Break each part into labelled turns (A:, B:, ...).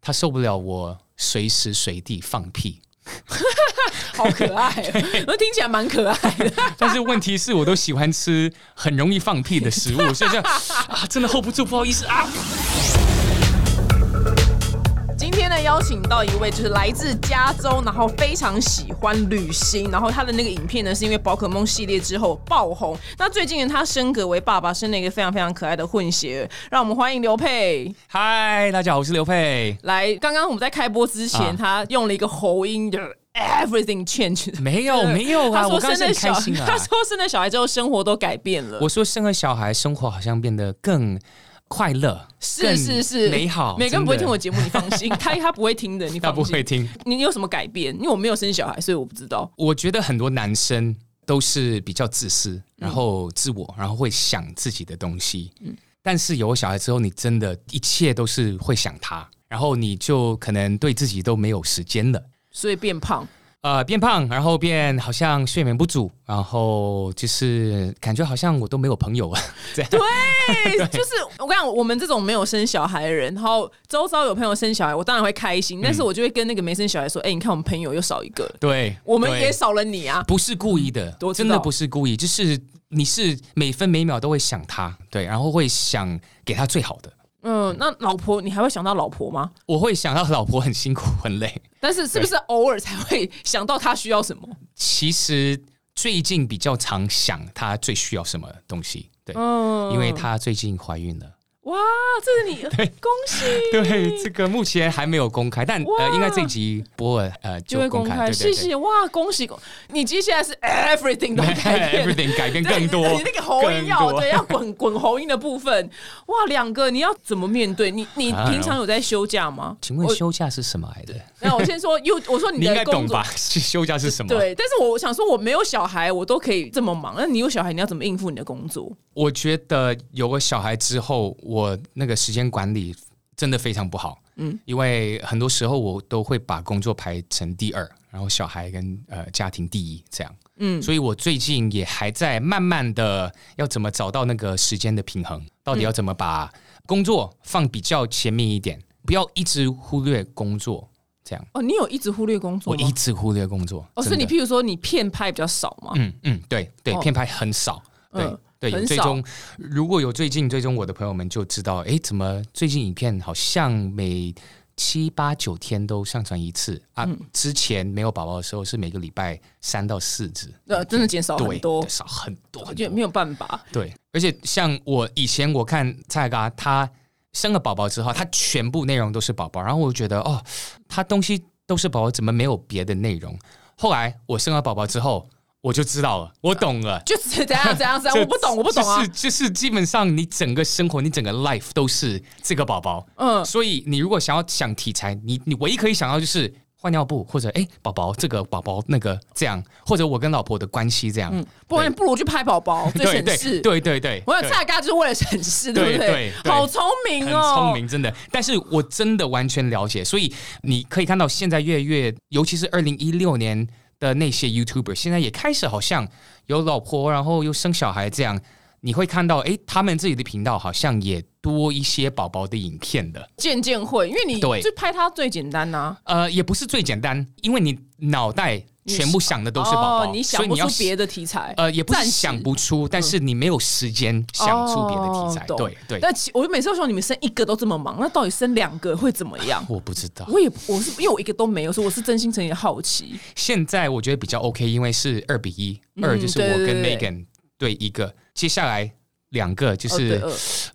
A: 他受不了我随时随地放屁。
B: 好可爱 哦，我听起来蛮可爱的。
A: 但是问题是我都喜欢吃很容易放屁的食物，所以 这样啊，真的 hold 不住，不好意思啊。
B: 今天呢，邀请到一位就是来自加州，然后非常喜欢旅行，然后他的那个影片呢，是因为宝可梦系列之后爆红。那最近呢，他升格为爸爸，生了一个非常非常可爱的混血儿，让我们欢迎刘佩。
A: 嗨，大家好，我是刘佩。
B: 来，刚刚我们在开播之前，
A: 啊
B: 他用了一个喉音的 everything change。
A: 没有没有啊，
B: 他
A: 我
B: 说
A: 刚
B: 生
A: 才很开
B: 了小，
A: 心啊
B: 他。说生了小孩之后生活都改变了。
A: 我说生了小孩，生活好像变得更快乐，
B: 是
A: 更
B: 是是，
A: 美好。
B: 每个人不会听我
A: 真的，
B: 节目，你放 心，他他不会听的，你
A: 他
B: 放
A: 不
B: 心。
A: 会听。
B: 你有什么改变？因为我没有生小孩，所以我不知道。
A: 我觉得很多男生都是比较自私，然后自我，然后会想自己的东西。
B: 嗯
A: 但是有了小孩之后，你真的一切都是会想他，然后你就可能对自己都没有时间了。
B: 所以变胖，
A: 呃，变胖，然后变好像睡眠不足，然后就是感觉好像我都没有朋友啊， 这样。
B: 对，就是我跟你讲，我们这种没有生小孩的人，然后周遭有朋友生小孩，我当然会开心，
A: 嗯
B: 但是我就会跟那个没生小孩说：“哎、你看我们朋友又少一个了，
A: 对，
B: 我们
A: 对
B: 也少了你啊。
A: 不是故意的
B: 我，知道
A: 真的不是故意，就是你是每分每秒都会想他，对，然后会想给他最好的。”
B: 嗯，那老婆，你还会想到老婆吗？
A: 我会想到老婆很辛苦很累，
B: 但是是不是偶尔才会想到她需要什么？
A: 其实最近比较常想她最需要什么东西，对，
B: 嗯，
A: 因为她最近怀孕了。
B: 哇，这是你恭喜，
A: 对，这个目前还没有公开，但
B: 哇
A: 呃，应该这一集播了，呃，
B: 就会
A: 公
B: 公
A: 开，
B: 开，
A: 对对
B: 谢
A: 对
B: 谢哇，恭喜！你接下来是 everything 都改 变
A: Everything 改变更多
B: 对你那个喉音
A: 更
B: 要
A: 多
B: 对要 滚滚喉音的部分，哇，两个你要怎么面对？你你
A: 啊
B: 平常有在休假吗？
A: 请问
B: 我
A: 休假是什么来的？
B: 那我先说，又我说你
A: 你应
B: 的
A: 该懂
B: 工作
A: 吧？是休假是什么？
B: 对，但是我想说我没有小孩，我都可以这么忙。那你有小孩，你要怎么应付你的工作？
A: 我觉得有了小孩之后，我那个时间管理真的非常不好。嗯，因为很多时候我都会把工作排成第二，然后小孩跟呃家庭第一这样。嗯，所以我最近也还在慢慢的要怎么找到那个时间的平衡，到底要怎么把工作放比较前面一点，不要一直忽略工作。这样，
B: 哦，你有一直忽略工作
A: 我一
B: 吗？
A: 直忽略工作。
B: 哦，
A: 真
B: 所以你
A: 的
B: 譬如说你片拍比较少嘛？
A: 嗯嗯，对对
B: 哦，
A: 片拍很少，对、
B: 嗯
A: 对，
B: 很
A: 有追
B: 少
A: 踪。如果有最近追踪我的朋友们就知道，诶，怎么最近影片好像每七八九天都上传一次啊？
B: 嗯
A: 之前没有宝宝的时候是每个礼拜三到四支，
B: 呃，真的减少很
A: 对，
B: 多，哦
A: 少很多
B: 我
A: 很
B: 觉得
A: 多。
B: 没有办法。
A: 对，而且像我以前我看蔡阿嘎，他生了宝宝之后，他全部内容都是宝宝，然后我就觉得哦，他东西都是宝宝，怎么没有别的内容？后来我生了宝宝之后，我就知道了，我懂了。
B: 就是怎样怎样怎 样，
A: 这
B: 我不懂，我不懂啊
A: 就是。就是基本上你整个生活，你整个 life 都是这个宝宝，
B: 嗯，
A: 所以你如果想要想题材，你你唯一可以想到就是换尿布，或者哎宝宝这个宝宝那个这样，或者我跟老婆的关系这样，
B: 不然不如去拍宝宝最
A: 对
B: 省
A: 对
B: 事。
A: 对对对，
B: 我有
A: 对
B: 蔡嘎就是为了省事，对
A: 对
B: 不
A: 对对
B: 好聪明
A: 很
B: 哦，
A: 聪。明，真的。但是我真的完全了解，所以你可以看到现在月月，尤其是二零一六年的那些 YouTuber，现在也开始好像有老婆，然后又生小孩这样。你会看到，诶，他们自己的频道好像也多一些宝宝的影片的。
B: 渐渐会，因为你
A: 对
B: 就拍它最简单啊呐、
A: 呃，也不是最简单，因为你脑袋全部想的都是宝
B: 哦
A: 宝，
B: 你
A: 所
B: 想
A: 以
B: 不
A: 你
B: 出
A: 要
B: 别的题材。
A: 呃，也不是
B: 暂时嗯
A: 想不出，但是你没有时间想出别的题材。
B: 哦懂
A: 对对，？
B: 但其我每次都说你们生一个都这么忙，那到底生两个会怎么样
A: 我不知道。
B: 我也我是因为我一个都没有，所以我是真心诚意的好奇。
A: 现在我觉得比较 OK，因为是二比一、
B: 嗯
A: 二就是我跟
B: 对对对
A: Megan 对一个，接下来两个就
B: 哦对
A: 是
B: 呃，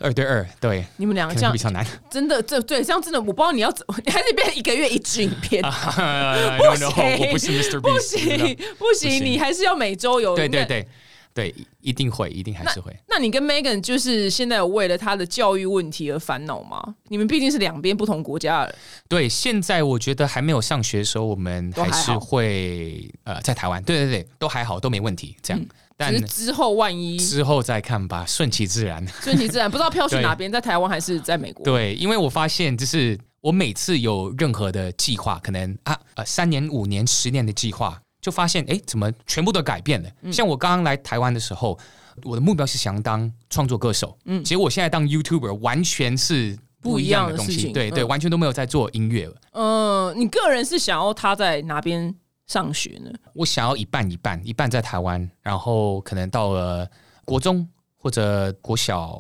A: 二对二，对，
B: 你们两
A: 可
B: 个这
A: 能
B: 样
A: 比较 难。
B: 真的，这对这样真的，我不知道你要怎么，你 还是变一个月一支影片，
A: I
B: 不
A: don't
B: 行
A: know，我不是 Mr.
B: 不
A: Beast，你知道
B: 行不行，
A: 行
B: 你还是要每周有
A: 对
B: 那
A: 对对对，一定会，一定还是会。
B: 那你跟 Megan 就是现在有为了他的教育问题而烦恼吗？你们毕竟是两边不同国家的人，
A: 对，现在我觉得还没有上学的时候，我们
B: 都还
A: 还
B: 好
A: 是会呃在台湾，对对对，都还好，都没问题，这样。但
B: 嗯只是之后万一
A: 之后再看吧，顺其自然。
B: 顺其自然，不知道飘去哪边，在台湾还是在美国？
A: 对，因为我发现就是我每次有任何的计划，可能啊呃三年、五年、十年的计划，就发现哎怎么全部都改变了。
B: 嗯
A: 像我刚刚来台湾的时候，我的目标是想当创作歌手，嗯，结果我现在当 YouTuber，完全是不一样的东
B: 不一样的事
A: 西，
B: 情
A: 对对，
B: 嗯
A: 完全都没有在做音乐了。
B: 嗯，你个人是想要他在哪边上学呢？
A: 我想要一半一半，一半在台湾，然后可能到了国中或者国小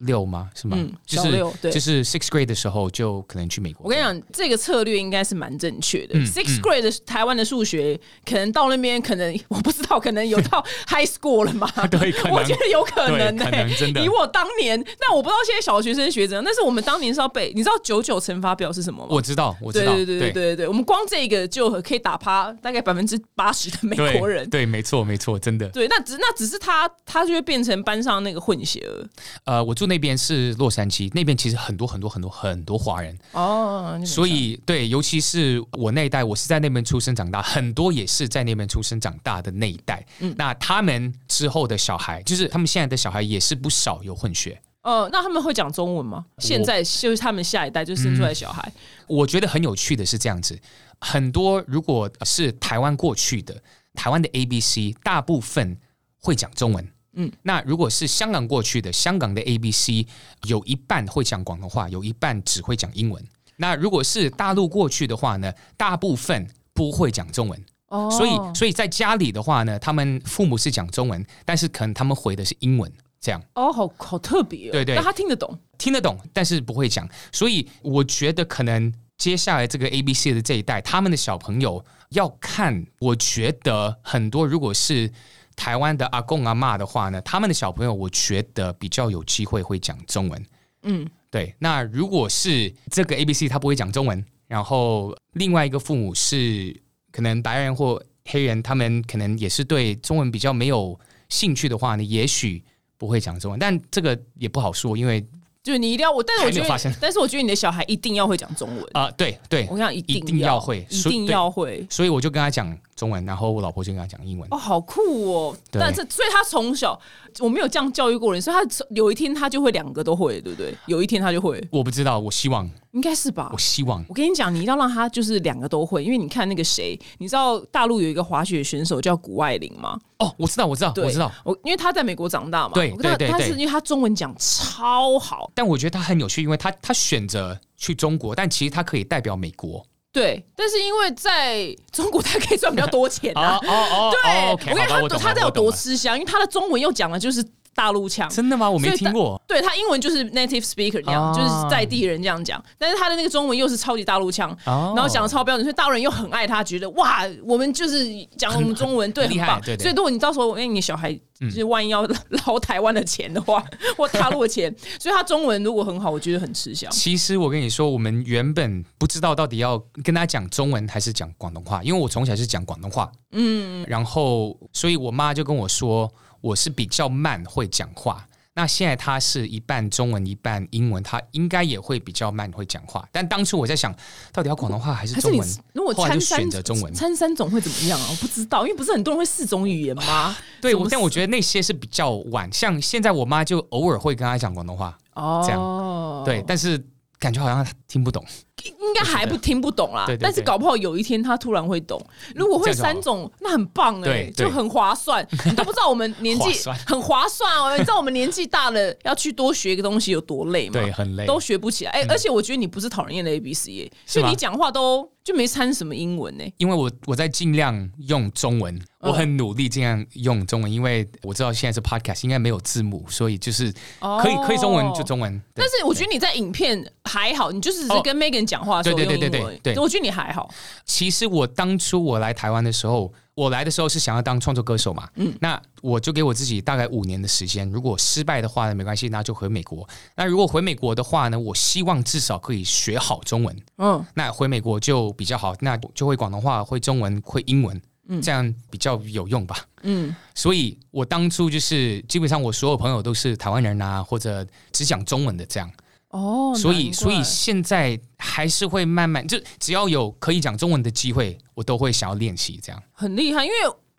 A: 六吗？是吗？
B: 嗯
A: 就
B: 小
A: 是
B: 六对
A: 就是 sixth grade 的时候就可能去美国。
B: 我跟你，讲，这个策略应该是蛮正确的。
A: 嗯
B: Sixth grade 的台湾的数学，可能到那边可能 我不知道，可能有 到 high school 了嘛？
A: 对可能
B: 我觉得有可能
A: 对
B: 呢、
A: 可能真的
B: 以我当年，但我不知道现在小学生学怎样。但是我们当年是要背，你知道九九乘法表是什么吗？
A: 我知道，我
B: 对
A: 知道，
B: 对对对对对，我们光这个就可以打趴大概百分之八十的美
A: 对
B: 国人。
A: 对，没错没错，真的。
B: 对，那只那只是他，他就会变成班上那个混血儿
A: 呃，我住那边是洛杉矶，那边其实很多很多很多很多华人，
B: 哦。
A: 所以对，尤其是我那一代，我是在那边出生长大，很多也是在那边出生长大的那一代。
B: 嗯
A: 那他们之后的小孩，就是他们现在的小孩，也是不少有混血。
B: 呃，那他们会讲中文吗？现在就是他们下一代就生出来的小孩，
A: 我觉得很有趣的是这样子，很多如果是台湾过去的台湾的 A B C，大部分会讲中文。嗯，那如果是香港过去的，香港的 A B C 有一半会讲广东话，有一半只会讲英文。那如果是大陆过去的话呢，大部分不会讲中文，
B: 哦
A: 所以所以在家里的话呢，他们父母是讲中文，但是可能他们回的是英文，这样。
B: 哦，好好特别、哦，
A: 对对
B: 但他听得懂，
A: 听得懂，但是不会讲。所以我觉得可能接下来这个 A B C 的这一代，他们的小朋友要看，我觉得很多如果是台湾的阿公阿嬷的话呢，他们的小朋友我觉得比较有机会会讲中文。
B: 嗯，
A: 对，那如果是这个 A B C 他不会讲中文，然后另外一个父母是可能白人或黑人，他们可能也是对中文比较没有兴趣的话呢，也许不会讲中文，但这个也不好说，因为
B: 就是你一定要我，但是我
A: 还没
B: 觉
A: 有发现
B: 得，但是我觉得你的小孩一定要会讲中文，
A: 啊、对对
B: 我，想一
A: 一
B: 定
A: 定要会
B: 一
A: 所以
B: 定
A: 对
B: 要会。
A: 所以我就跟他讲中文，然后我老婆就跟他讲英文。
B: 哦，好酷哦！
A: 对
B: 但是，所以他从小我没有这样教育过人，所以他从有一天他就会两个都会，对不对？有一天他就会，
A: 我不知道，我希望，
B: 应该是吧
A: 我？希望，
B: 我跟你讲，你一定要让他就是两个都会，因为你看那个谁，你知道大陆有一个滑雪选手叫谷爱凌吗？
A: 哦，我知道，我知道，
B: 对，
A: 我知道。，
B: 我因为他在美国长大嘛，
A: 对
B: 我跟他
A: 对对
B: 他
A: 对
B: 是因为他中文讲超好，
A: 但我觉得他很有趣，因为他他选择去中国，但其实他可以代表美国。
B: 对，但是因为在中国他可以赚比较多钱啊，
A: 哦
B: 对，
A: ，OK，
B: 我
A: 好
B: 跟
A: 吧
B: 你讲
A: 我
B: 他
A: 懂
B: 他
A: 了
B: 在有
A: 我懂
B: 多
A: 了
B: 吃香，因为他的中文又讲的就是大陆腔。
A: 真的吗？我没
B: 所以
A: 听
B: 他
A: 过。
B: 对他英文就是 native speaker 这样，
A: 啊
B: 就是在地人这样讲，但是他的那个中文又是超级大陆腔，
A: 哦
B: 然后讲的超标准，所以大陆人又很爱他，觉得哇，我们就是讲我们中文，对，很
A: 厉害
B: 棒。
A: 对对嗯
B: 所以如果你到时候哎，你小孩就是万一要捞台湾的钱的话， 或大陆的钱，所以他中文如果很好，我觉得很吃香。
A: 其实我跟你说，我们原本不知道到底要跟他讲中文还是讲广东话，因为我从小是讲广东话，嗯，然后所以我妈就跟我说，我是比较慢会讲话。那现在他是一半中文一半英文，他应该也会比较慢会讲话。但当初我在想，到底要广东话还是
B: 还是
A: 中
B: 你
A: 文？
B: 如果
A: 后来
B: 参
A: 就
B: 三
A: 选择中文。
B: 参三种会怎么样啊？我不知道，因为不是很多人会四种语言吗？
A: 对，
B: 什么
A: 我但我觉得那些是比较晚，像现在我妈就偶尔会跟他讲广东话，
B: 哦，
A: 这对，但是感觉好像她听不懂。
B: 应该还不听不懂啦
A: 对对对
B: 但是搞不好有一天他突然会懂。如果会三种，那很棒哎、
A: 对对
B: 就很 划算。你都不知道我们年纪
A: 划算
B: 很划算哦，你知道我们年纪大了要去多学一个东西有多累吗？
A: 对很累
B: 都学不起来。哎、而且我觉得你不是讨人厌的 A B C，、欸、
A: 是
B: 所
A: 吗
B: 以你讲话都就没掺什么英文呢、
A: 因为我我在尽量用中文，我很努力尽量用中文，因为我知道现在是 podcast，应该没有字幕，所以就是
B: 哦
A: 可以、可以中文就中文。对
B: 但是我觉得你在影片还好，你就只是
A: 哦
B: 跟 Megan 讲话的时候
A: 对
B: 用英
A: 对
B: 文，
A: 对对对对
B: 我觉得你还好。
A: 其实我当初我来台湾的时候，我来的时候是想要当创作歌手嘛，嗯，那我就给我自己大概五年的时间，如果失败的话呢，没关系，那就回美国。那如果回美国的话呢，我希望至少可以学好中文，
B: 嗯，
A: 那回美国就比较好，那就会广东话、会中文、会英文，这样比较有用吧。
B: 嗯，
A: 所以我当初就是基本上我所有朋友都是台湾人啊，或者只讲中文的这样，
B: 哦，
A: 所以
B: 难
A: 所以
B: 怪
A: 现在还是会慢慢就只要有可以讲中文的机会，我都会想要练习这样。
B: 很厉害，因为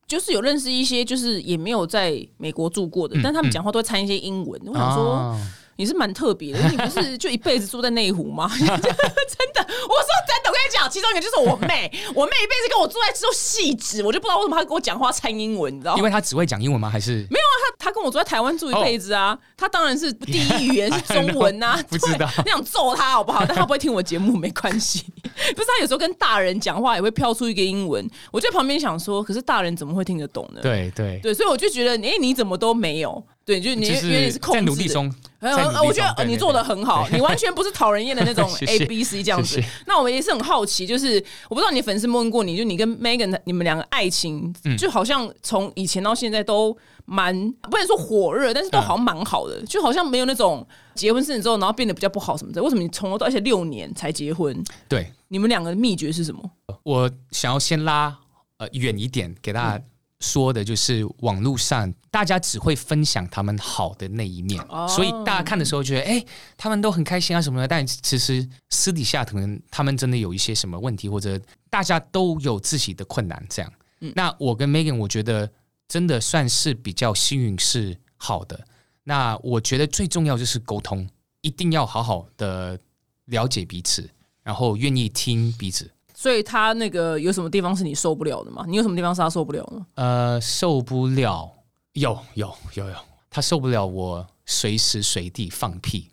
B: 就是有认识一些，就是也没有在美国住过的，但他们讲话都会掺一些英文。我想说、
A: 嗯啊
B: 你是蛮特别的，因为你不是就一辈子住在内湖 吗？真的，我说真的，我跟你讲，其中一个就是我妹， 我妹一辈子跟我住在只有戏子，我就不知道为什么她跟我讲话掺英文，你知道
A: 因
B: 吗？
A: 为他只会讲英文吗？还是
B: 哦没有啊，她他跟我住在台湾住一辈子啊，他当然是第一语言是中文呐、啊
A: I 哦 know，不知 道
B: 对那想揍他好不好？但他不会听我节目，没关系。 不是他有时候跟大人讲话也会飘出一个英文，我就在旁边想说，可是大人怎么会听得懂呢？
A: 对对，
B: 对，所以我就觉得，哎、你怎么都没有？对，就是你
A: 就
B: 因为你
A: 是
B: 是控
A: 在
B: 制
A: 努
B: 的
A: 力中，
B: 嗯
A: 在努力
B: 呃，
A: 中
B: 我觉得
A: 对
B: 你
A: 对
B: 做的
A: 对
B: 很好，你完全不是讨人厌的那种
A: 谢谢
B: A B C 这样子
A: 谢谢。
B: 那我也是很好奇，就是我不知道你的粉丝有没有问过你，就你跟 Megan 你们两个爱情，
A: 嗯
B: 就好像从以前到现在都蛮不能说火热，但是
A: 嗯
B: 都好像蛮好的，就好像没有那种结婚甚至之后然后变得比较不好什么的。为什么你从头到而且六年才结婚？
A: 对，
B: 你们两个的秘诀是什么？
A: 我想要先拉呃远一点，给大家说的就是网络上大家只会分享他们好的那一面，
B: 哦
A: 所以大家看的时候觉得哎、他们都很开心啊什么的，但其实私底下可能他们真的有一些什么问题，或者大家都有自己的困难这样。那我跟 Megan 我觉得真的算是比较幸运是好的。那我觉得最重要就是沟通，一定要好好的了解彼此，然后愿意听彼此。
B: 所以他那个有什么地方是你受不了的吗？你有什么地方是他受不了的吗？
A: 呃，受不了，有有有有，他受不了我随时随地放屁。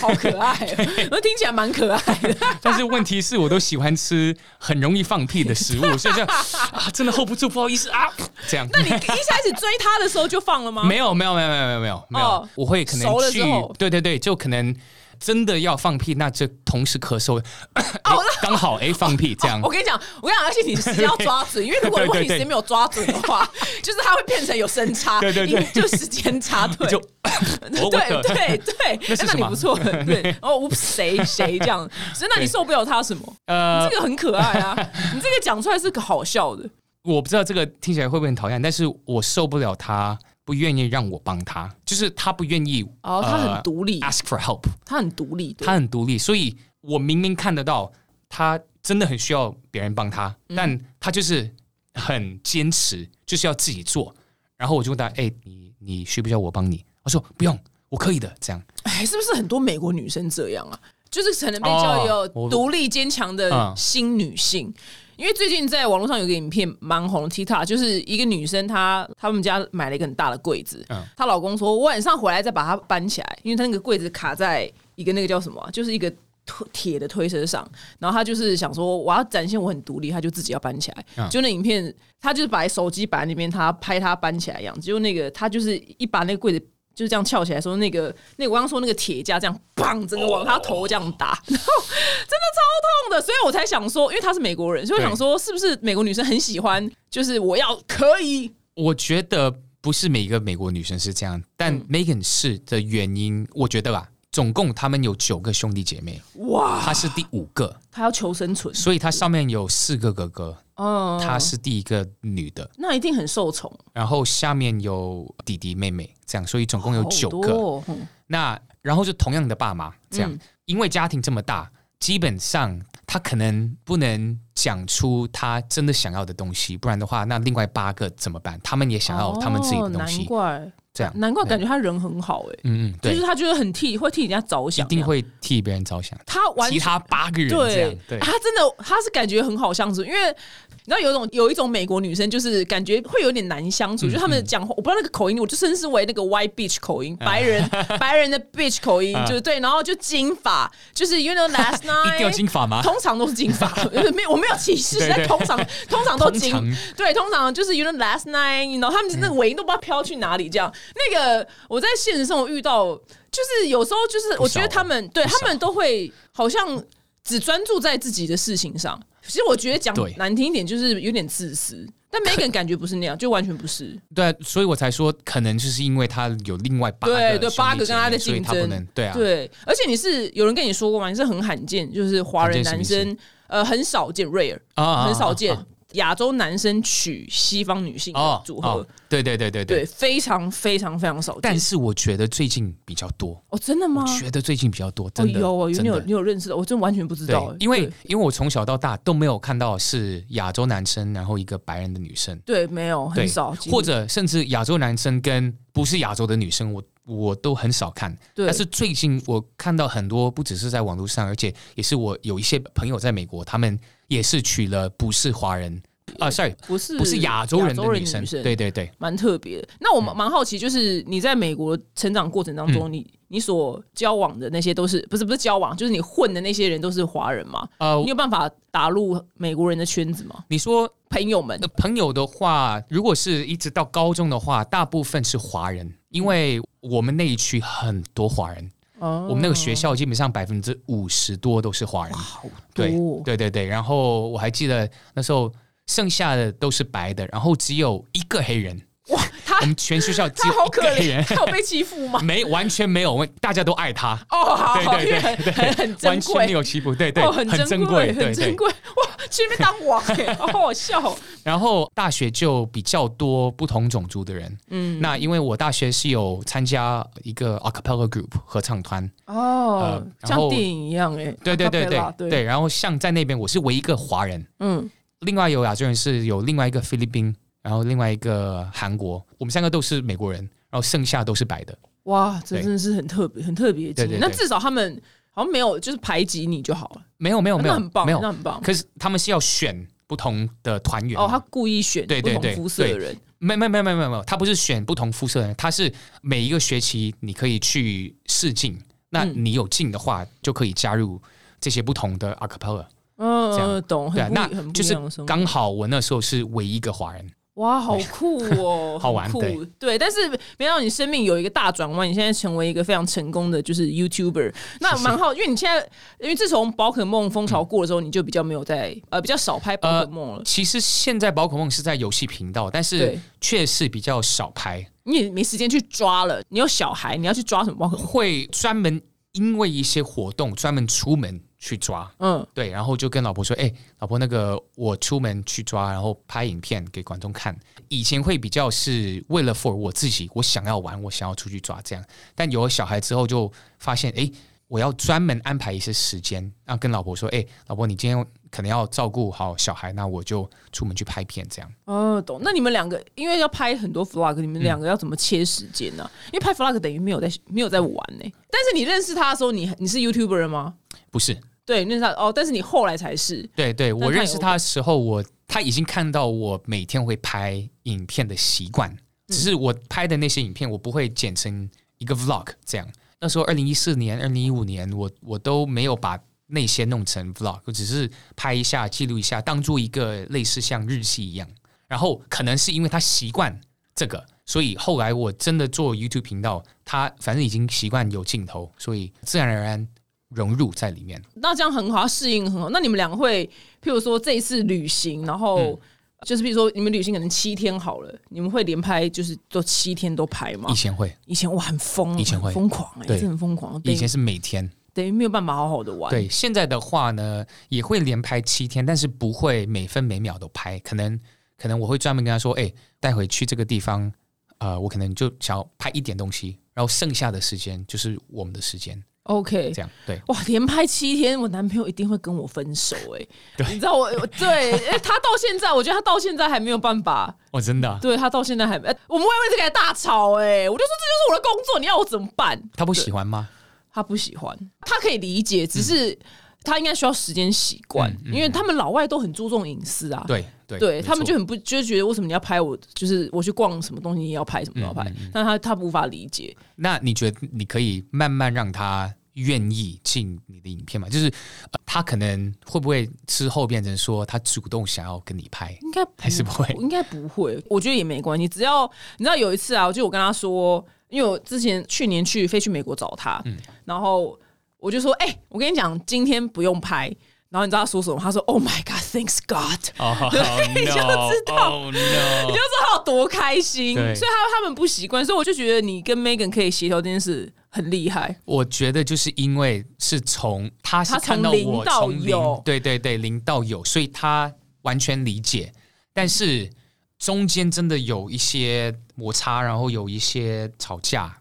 B: 好可爱 哦、我听起来蛮可爱的。
A: 但是问题是我都喜欢吃很容易放屁的食物，所以这样啊，真的 hold 不住，不好意思啊，这样。
B: 那你一开始追他的时候就放了吗？
A: 没有没有没有没有没有没有没有，
B: 哦
A: 我会可
B: 熟了
A: 能
B: 之
A: 去
B: 后，
A: 对对对，就可能真的要放屁，那就同时咳嗽，哎刚好哎放屁这样
B: 我。跟你讲，我跟你讲，而且你是要抓准，因为如果如果 你
A: 对对对
B: 时间没有抓准的话， 就是它会变成有时差，
A: 对对对
B: 你 就时间差对。
A: 就
B: 对
A: 我我的
B: 对对，
A: 那是
B: 哎那
A: 什
B: 你
A: 么
B: 不错， 对哦，我谁谁这样，所以那
A: 对
B: 你受不了他什么？
A: 呃
B: 这，个很可爱 啊，你这个讲出来是个好笑的，
A: 我不知道这个听起来会不会很讨厌，但是我受不了他不愿意让我帮他，就是他不愿意
B: 哦，他很独立
A: 呃、，ask 啊 for help，
B: 他很独立，对
A: 他很独立，所以我明明看得到他真的很需要别人帮他，但他就是很坚持，就是要自己做。然后我就问他：“哎、你你需不需要我帮你？”他说：“不用，我可以的。”这样
B: 哎，是不是很多美国女生这样啊？就是可能被教育有
A: 哦我
B: 独立坚强
A: 嗯
B: 的新女性。因为最近在网络上有个影片蛮红的，Tita 就是一个女生她，她们家买了一个很大的柜子，
A: 嗯
B: 她老公说我晚上回来再把它搬起来，因为她那个柜子卡在一个那个叫什么啊，就是一个推铁的推车上，然后她就是想说我要展现我很独立，她就自己要搬起来。
A: 嗯
B: 就那影片，她就是把手机摆在那边，她拍她搬起来的样子，结果那个她就是一把那个柜子。就是这样翘起来的时候，那个那个我刚刚说那个铁架这样砰，整个往她头这样打，然后真的超痛的，所以我才想说，因为她是美国人，所以我
A: 对
B: 想说，是不是美国女生很喜欢，就是我要可以
A: 我觉得不是每一个美国女生是这样，但 Megan 是的原因，我觉得啦，总共他们有九个兄弟姐妹，
B: 哇，
A: 他是第五个，
B: 她要求生存，
A: 所以他上面有四个哥哥，
B: 嗯，
A: 她是第一个女的，
B: 那一定很受宠，
A: 然后下面有弟弟妹妹这样，所以总共有
B: 好
A: 九
B: 多
A: 个。
B: 哦嗯
A: 那然后就同样的爸妈这样，因为家庭这么大，基本上他可能不能讲出他真的想要的东西，不然的话，那另外八个怎么办？他们也想要他们自己的东
B: 哦难
A: 西，
B: 怪
A: 这样，
B: 难怪感觉她人很好哎、
A: 嗯嗯，
B: 就
A: 对
B: 是，她觉得很替会替人家着
A: 一
B: 想，
A: 定。会替别人着想。
B: 她完
A: 其
B: 全
A: 他八个人这样，对
B: 啊，，她真的，她是感觉很好相处，因为你知道有一种有一种美国女生，就是感觉会有点难相
A: 嗯
B: 处，就他们讲话，我不知道那个口音，我就称之为那个 white bitch 口音，白人白人的 bitch 口音，就是对，然后就金发，就是 you know last
A: 嗯 一定要
B: night。
A: 金发吗？
B: 通常都是金 发，没有我没有歧视，
A: 啊对对
B: 但通常通常都金
A: 通常，
B: 对，通常就是 you know last night，然后他们那个尾音都不知道飘去哪里，这样。那个我在现实生活遇到，就是有时候就是我觉得
A: 不少啊
B: 他们对
A: 不少
B: 他们都会好像只专注在自己的事情上。其实我觉得讲
A: 对
B: 难听一点，就是有点自私。但 Megan 感觉不是那样，就完全不是。
A: 对啊，所以我才说，可能就是因为他有另外八个
B: 对对，
A: 兄弟
B: 八个
A: 姐
B: 跟他
A: 妹
B: 在
A: 所以
B: 竞
A: 他不
B: 争
A: 能，对啊，
B: 对，而且你是有人跟你说过吗？你是很罕见，就是华人
A: 罕
B: 男
A: 见什么意
B: 生呃很少见，rare，
A: 啊啊，啊
B: 很少见。亚洲男生娶西方女性的组合，，
A: 对对对对哦对。
B: 对，非常非常非常少见。
A: 但是我觉得最近比较多，
B: 哦，真的吗？
A: 觉得最近比较多，
B: 哦，
A: 真的
B: 有哦，有
A: 真
B: 你有
A: 的
B: 你有认识的，我真完全不知道
A: 对。，
B: 欸
A: 因为
B: 对
A: 因为我从小到大都没有看到是亚洲男生，然后一个白人的女生，
B: 对没有
A: 对
B: 很少，几乎
A: 或者甚至亚洲男生跟不是亚洲的女生，我我都很少看。
B: 对
A: 但是最近我看到很多，不只是在网络上，而且也是我有一些朋友在美国，他们也是娶了不是华人啊，sorry，
B: 不是
A: 不是亚洲人的
B: 女
A: 女生，对嗯对对，
B: 蛮特别的。那我蛮蛮好奇，就是你在美国成长过程当
A: 嗯
B: 中，你你所交往的那些都是不是不是交往，就是你混的那些人都是华人吗？
A: 呃
B: 你，有办法打入美国人的圈子吗？
A: 你说
B: 朋友们
A: 呃，朋友的话，如果是一直到高中的话，大部分是华人，因为我们那一区很多华人，
B: 哦
A: 我们那个学校基本上百分之五十多都是华人。
B: 好多
A: 对
B: 哦
A: 对对对，然后我还记得那时候剩下的都是白的，然后只有一个黑人，
B: 哇，他
A: 我们全学校只
B: 他
A: 有
B: 好
A: 一
B: 可
A: 个黑
B: 怜，
A: 人，
B: 他有被欺负吗？
A: 没完全没有，大家都爱他。
B: 哦，好 好，好
A: 对对
B: 因为
A: 对
B: 很很
A: 对，完
B: 珍
A: 全没
B: 贵。
A: 有欺负，对对，
B: 哦，很
A: 珍
B: 贵，
A: 对
B: 很珍
A: 对。
B: 贵哇！去那边当王哎，好好笑哦。
A: 然后大学就比较多不同种族的人，
B: 嗯，
A: 那因为我大学是有参加一个 a cappella group 合唱团，
B: 哦，
A: 呃然
B: 像
A: 后
B: 电影一样哎、
A: 对对对
B: acapella，
A: 对对，然后像在那边我是唯一一个华人，
B: 嗯，
A: 另外有亚洲人是有另外一个菲律宾，然后另外一个韩国，我们三个都是美国人，然后剩下都是白的，
B: 哇，这
A: 对
B: 真的是很特别，很特别的经
A: 对对
B: 验。那
A: 对
B: 至少他们好像没有就是排挤你就好了，
A: 没有没哦有没
B: 那
A: 有
B: 很棒，
A: 没有，
B: 那很棒。
A: 可是他们是要选不同的团员
B: 哦，他故意选
A: 对
B: 不
A: 对
B: 同
A: 对
B: 肤色的人，
A: 没没没没没没，他不是选不同肤色的人，他是每一个学期你可以去试镜，那
B: 嗯
A: 你有进的话就可以加入这些不同的 a cappella。这
B: 嗯，
A: 样
B: 懂，
A: 对啊
B: 很不一
A: 那
B: 很不
A: 就
B: 一
A: 是
B: 样的生活
A: 刚好我那时候是唯一一个华人，
B: 哇，好酷 哦，
A: 好玩
B: 很酷
A: 对
B: 对，但是没想到你生命有一个大转弯，你现在成为一个非常成功的就是 YouTuber，那蛮好，因为你现在因为自从宝可梦风潮过了之后，你就比较没有在呃比较少拍宝可梦了，
A: 其实现在宝可梦是在游戏频道，但是
B: 对
A: 确实比较少拍，
B: 你也没时间去抓了，你有小孩，你要去抓什么宝可梦？
A: 会专门因为一些活动专门出门去抓。
B: 嗯，
A: 对，然后就跟老婆说：“哎、老婆，那个我出门去抓，然后拍影片给观众看。以前会比较是为了 for 我自己，我想要玩，我想要出去抓这样。但有了小孩之后，就发现哎、我要专门安排一些时间，然后跟老婆说：‘哎、老婆，你今天可能要照顾好小孩，那我就出门去拍片这样。
B: 哦，懂。那你们两个因为要拍很多 vlog，你们两个要怎么切时间呢、因为拍 vlog 等于没有在没有在玩呢、但是你认识他的时候，你你是 YouTuber 吗？’
A: 不是，
B: 对，你认识他哦，但是你后来才是
A: 对对，
B: 那
A: 我
B: 他
A: 认
B: 有
A: 识他的时候，我他已经看到我每天会拍影片的习
B: 嗯
A: 惯，只是我拍的那些影片我不会剪成一个 vlog 这样。那时候二零一四年、二零一五年，我我都没有把那些弄成 vlog，我只是拍一下、记录一下，当做一个类似像日记一样。然后可能是因为他习惯这个，所以后来我真的做 YouTube 频道，他反正已经习惯有镜头，所以自然而然融入在里面。
B: 那这样很好，适应很好。那你们两个会，譬如说这一次旅行，然后、
A: 嗯
B: 就是比如说你们旅行可能七天好了，你们会连拍，就是都七天都拍吗
A: 以？前会，
B: 以前哇很疯，
A: 以前
B: 很
A: 会
B: 疯狂哎、
A: 对
B: 真的很疯狂，等
A: 以
B: 于
A: 前是每天。
B: 等于没有办法好好的玩。，
A: 对，现在的话呢，也会连拍七天，但是不会每分每秒都拍，可能可能我会专门跟他说，哎、带回去这个地方，呃，我可能就想要拍一点东西，然后剩下的时间就是我们的时间，
B: OK，
A: 这样对。
B: 哇，连拍七天，我男朋友一定会跟我分手哎、你知道我我对、哎他到现在，我觉得他到现在还没有办法，
A: 我、真的啊、
B: 对他到现在还没，哎我们会为这个大吵哎、我就说这就是我的工作，你要我怎么办？
A: 他不喜欢吗？
B: 他不喜欢，他可以理解，只是他应该需要时间习惯，因为他们老外都很注重隐私啊。
A: 嗯对对
B: 对
A: 没
B: 他们
A: 错
B: 就很不就觉得为什么你要拍我，就是我去逛什么东西你也要拍什么都要
A: 嗯
B: 拍，但他他无法理解。
A: 那你觉得你可以慢慢让他愿意进你的影片吗？就是、呃他可能会不会之后变成说他主动想要跟你拍，
B: 应该不
A: 还是不会
B: 应该不会。我觉得也没关系，只要你知道有一次啊，就我跟他说，因为我之前去年去飞去美国找他，
A: 嗯
B: 然后我就说，哎、我跟你讲，今天不用拍。然后你知道他说什么？他说：“Oh my God, thanks God。”
A: 哦、
B: 你就知道
A: oh, no.
B: 你就知道他有多开心，所以
A: 对
B: 他他们不习惯，所以我就觉得你跟 Megan 可以协调这件事很厉害。
A: 我觉得就是因为是从他是
B: 他从
A: 看到
B: 零
A: 我
B: 到
A: 从
B: 有
A: 零，对对对，零到有，所以他完全理解。但是中间真的有一些摩擦，然后有一些吵架，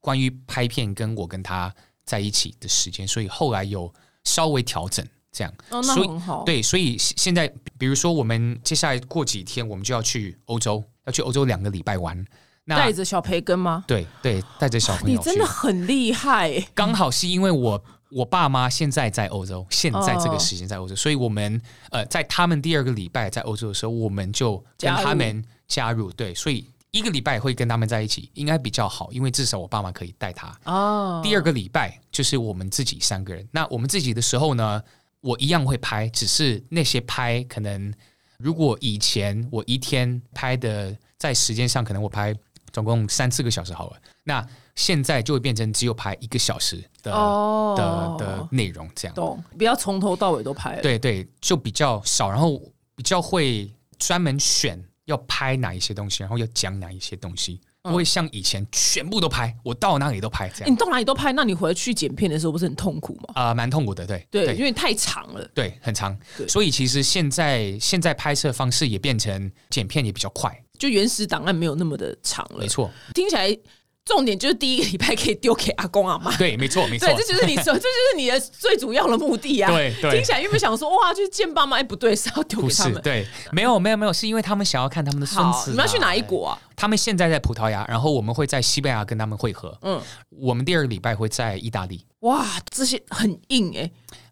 A: 关于拍片跟我跟他在一起的时间，所以后来有稍微调整这样。
B: 哦，那
A: 所以
B: 很好。，
A: 对，所以现现在，比如说我们接下来过几天，我们就要去欧洲，要去欧洲两个礼拜玩。那
B: 带着小培根吗？
A: 对对，带着小朋
B: 你
A: 友去，
B: 真的很厉害、欸
A: 刚好是因为我我爸妈现在在欧洲，现在这个时间在欧洲，所以我们呃，在他们第二个礼拜在欧洲的时候，我们就跟
B: 加入
A: 他们加入，对，所以一个礼拜会跟他们在一起，应该比较好，因为至少我爸妈可以带他。
B: 哦，
A: 第二个礼拜就是我们自己三个人，那我们自己的时候呢，我一样会拍，只是那些拍可能如果以前我一天拍的，在时间上可能我拍总共三四个小时好了，那现在就会变成只有拍一个小时的。的
B: 哦
A: 的内容，这样
B: 懂，不要从头到尾都拍了。
A: 对对，就比较少，然后比较会专门选要拍哪一些东西，然后要讲哪一些东西，不会像以前全部都拍，我到哪里都拍这
B: 欸，
A: 样，
B: 你到哪里都拍，那你回去剪片的时候不是很痛苦吗？
A: 啊，蛮痛苦的，对
B: 对，因为太长了。
A: 对，很长
B: 对，
A: 所以其实现在现在拍摄方式也变成剪片也比较快，
B: 就原始档案没有那么的长了
A: 没。错，
B: 听起来重点就是第一个礼拜可以丢给阿公阿妈。
A: 对，没错，没错
B: 对，，这就是你说，这就是你的最主要的目的 啊！
A: 对对
B: 听起来又不想说哇，去见爸妈，哎，不对，是要丢
A: 不
B: 给他
A: 是
B: 们。
A: 对，没有没有没有，是因为他们想要看他们的孙
B: 好，
A: 子。
B: 你们要去哪一？国啊？
A: 他们现在在葡萄牙，然后我们会在西班牙跟他们会合。
B: 嗯
A: 嗯，我们第二个礼拜会在意大利。
B: 哇，这些很硬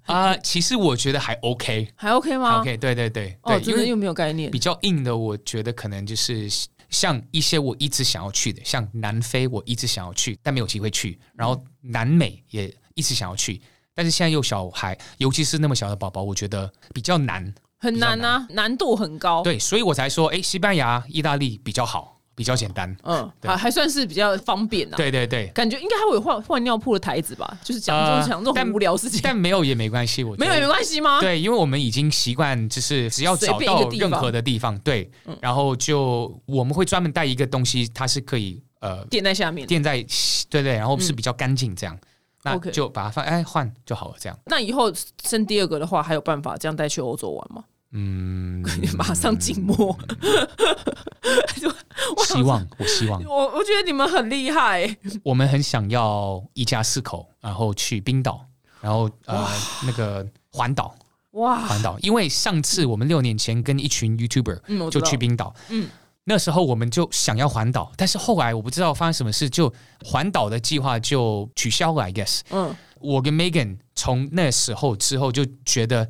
B: 哎、
A: 啊、其实我觉得还 OK，OK，、
B: 还 OK 吗？
A: OK，对对对对，
B: 哦，
A: 因
B: 真的
A: 为
B: 又没有概念
A: 比较硬的，我觉得可能就是像一些我一直想要去的，像南非我一直想要去，但没有机会去，然后南美也一直想要去，但是现在有小孩，尤其是那么小的宝宝，我觉得比较难。
B: 很难啊，难度很高。
A: 对，所以我才说，哎，西班牙、意大利比较好，比较简单。
B: 嗯，
A: 对
B: 还还算是比较方便啊。
A: 对对 对，
B: 感觉应该还会有换换尿布的台子吧，就是讲这
A: 呃
B: 种讲、这种很
A: 但
B: 无聊的事情，
A: 但没有也没关系，我觉
B: 没
A: 得
B: 有也没关系吗？
A: 对，因为我们已经习惯，就是只要
B: 随
A: 找
B: 便一个
A: 到
B: 地
A: 任
B: 方嗯
A: 何的地方，对，然后就我们会专门带一个东西，它是可以呃
B: 垫在下面。
A: 垫在对对，然后是比较干净这样，
B: 嗯 OK
A: 那就把它放哎换就好了这样。
B: 那以后生第二个的话，还有办法这样带去欧洲玩吗？
A: 嗯，
B: 马上静默。就 我想
A: 希望我希望
B: 我我觉得你们很厉害、欸
A: 我们很想要一家四口，然后去冰岛，然后呃那个环岛。
B: 哇！
A: 环岛，因为上次我们六年前跟一群 YouTuber
B: 嗯我知
A: 就
B: 道
A: 去冰岛，
B: 嗯
A: 那时候我们就想要环岛，但是后来我不知道发生什么事，就环岛的计划就取消了。I guess
B: 嗯，
A: 我跟 Megan 从那时候之后就觉得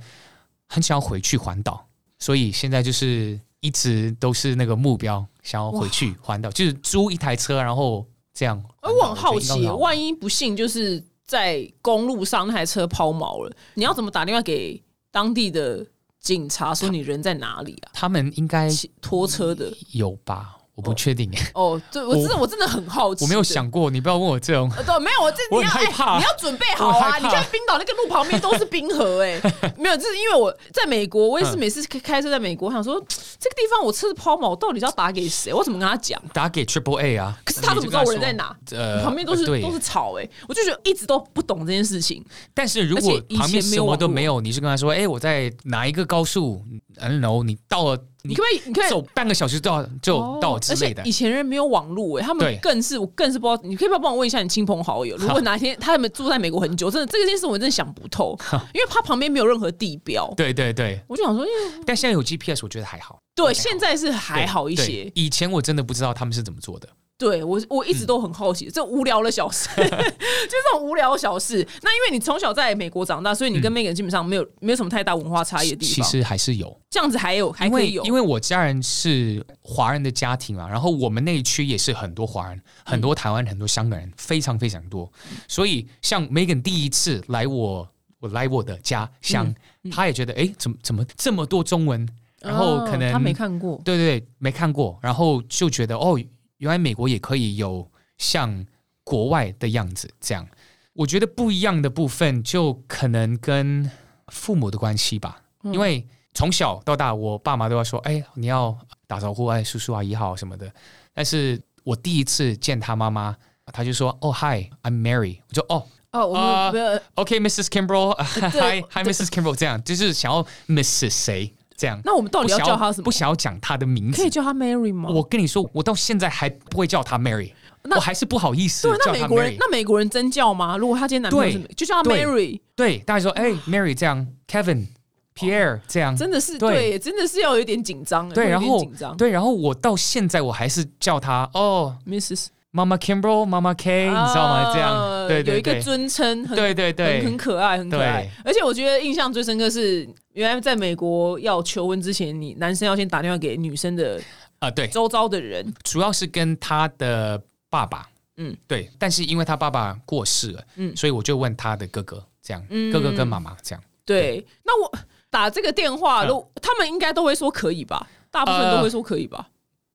A: 很想要回去环岛，所以现在就是一直都是那个目标，想要回去环岛，就是租一台车，然后这样
B: 哎、
A: 环岛。
B: 我很好
A: 觉得应
B: 奇，
A: 该好
B: 万一不幸就是在公路上那台车抛锚了，你要怎么打电话给当地的警察说你人在哪里啊？
A: 他们应该
B: 骑拖车的
A: 有吧？我不确定，
B: 哦，对我
A: 嗯我
B: 真的我真的很好奇，
A: 我没有。想过，你不要问我这种。
B: 呃，对，没有，我这
A: 我
B: 你
A: 很
B: 要
A: 害怕
B: 哎你要准备好啊！你
A: 我很害怕
B: 看冰岛那个路旁边都是冰 河、哎，没有，就是因为我在美国，我也是每次开开车在美国，我想说这个地方我车子抛锚，我到底是要打给谁？我怎么跟他讲？
A: 打给 Triple A 啊，
B: 可是他怎么知道我人在哪？
A: 你就跟他说？呃
B: 旁边都是、
A: 对
B: 都是草哎、我就觉得一直都不懂这件事情。
A: 但是如
B: 而
A: 果
B: 且以前
A: 旁边
B: 没
A: 什
B: 有
A: 么
B: 网
A: 都
B: 络
A: 没有，你是跟他说，哎、我在哪一个高速？I don't know，你到了，
B: 你
A: 你
B: 可不可以？你可不可以
A: 走半个小时到
B: 哦
A: 就到之类的
B: 而且以。前人没有网络哎、他
A: 对
B: 们更是我更是不知道。你可以不要帮我问一下你亲朋好友，如果哪天他们住在美国很久，真的这件事我真的想不 透，因为他旁边没有任何地标。
A: 对对对，
B: 我就想说，因为
A: 但现在有 GPS，我觉得还好，
B: 对，现在是哦还
A: 对
B: 好一
A: 对
B: 些。
A: 以前我真的不知道他们是怎么做的。
B: 对我，我一直都很好奇、
A: 嗯
B: 这无聊的小事， 就这种无聊的小事。那因为你从小在美国长大，所以你跟 Megan 基本上没有没有什么太大文化差异的
A: 嗯
B: 地
A: 其
B: 方。
A: 实还是有，
B: 这样子还有还
A: 因
B: 可
A: 为
B: 以有，
A: 因
B: 为
A: 为我家人是华人的家庭啊嘛，然后我们那一区也是很多华人，很
B: 嗯
A: 多台湾，很多香港人，非常非常多。所以像 Megan 第一次来我我来我的家乡，
B: 嗯
A: 他也觉得哎，诶怎么怎么这么多中文？然后可能
B: 啊他哦没看过，
A: 对对对，没看过，然后就觉得哦，原来美国也可以有像国外的样子这样。我觉得不一样的部分就可能跟父母的关系吧，
B: 嗯
A: 因为从小到大，我爸妈都要说：“哎，你要打招呼，哎，叔叔阿姨好什么的。”但是我第一次见他妈妈，他就说：“哦，Hi，I'm Mary。”我就哦
B: 哦，我们
A: 呃
B: 没有、
A: ，OK，Mrs. Kimbrel，Hi，Hi，Mrs.、
B: 对
A: Kimbrel，这样就是想要 Mrs. 谁这样。
B: 那我们到
A: 不
B: 底要
A: 想
B: 叫他什么？
A: 不想要讲他的名字
B: 可以，叫他 Mary 吗？
A: 我跟你说，我到现在还不会叫她 Mary，
B: 那
A: 我还是不好意思
B: 对，那
A: 叫
B: 美
A: 她
B: 国人
A: Mary。
B: 那美国人真叫吗？如果他今天男朋友是
A: 对
B: 美就叫他
A: 对
B: Mary，
A: 对，大家说，哎、m a r y 这样，Kevin、Pierre 这样，
B: 真的是
A: 对
B: 对，真的是要有点紧张欸，
A: 对，
B: 会有
A: 然
B: 点
A: 后
B: 紧张
A: 对，然后我到现在我还是叫她哦
B: ，Mrs
A: 妈妈 Kimbrel、妈妈
B: 哎
A: K，、你知道吗？这样，
B: 啊
A: 对
B: 有
A: 对
B: 一个
A: 对，
B: 尊称，很
A: 对对对
B: 很很可爱，很可爱
A: 对。
B: 而且我觉得印象最深刻是，原来在美国要求婚之前，你男生要先打电话给女生的
A: 啊，对，
B: 周遭的人，
A: 主要是跟他的爸爸，
B: 嗯
A: 嗯，对，但是因为他爸爸过世了，
B: 嗯
A: 嗯，所以我就问他的哥哥，这样，哥哥跟妈妈这样，
B: 对，那我打这个电话，
A: 嗯
B: 都、他们应该都会说可以吧？大部分都会说可以吧？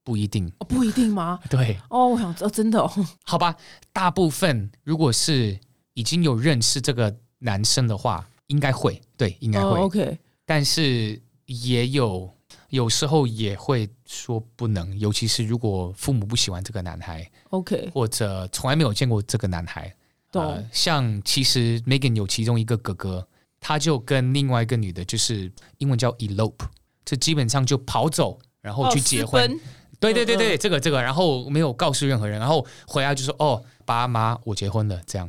A: 不一定，
B: 哦，不一定吗？
A: 对，
B: 哦，我想知道，真的哦，
A: 好吧，大部分如果是已经有认识这个男生的话，应该会，对，应该会，
B: 哦，OK，
A: 但是也有有时候也会说不能，尤其是如果父母不喜欢这个男孩，
B: OK，
A: 或者从来没有见过这个男孩。
B: 懂
A: 呃像其实 Megan 有其中一个哥哥，他就跟另外一个女的，就是英文叫 elope，这基本上就跑走，然后去结婚。
B: 哦私奔
A: 对对对对，这个这个，然后没有告诉任何人，然后回来就说哦，爸妈，我结婚了这 样。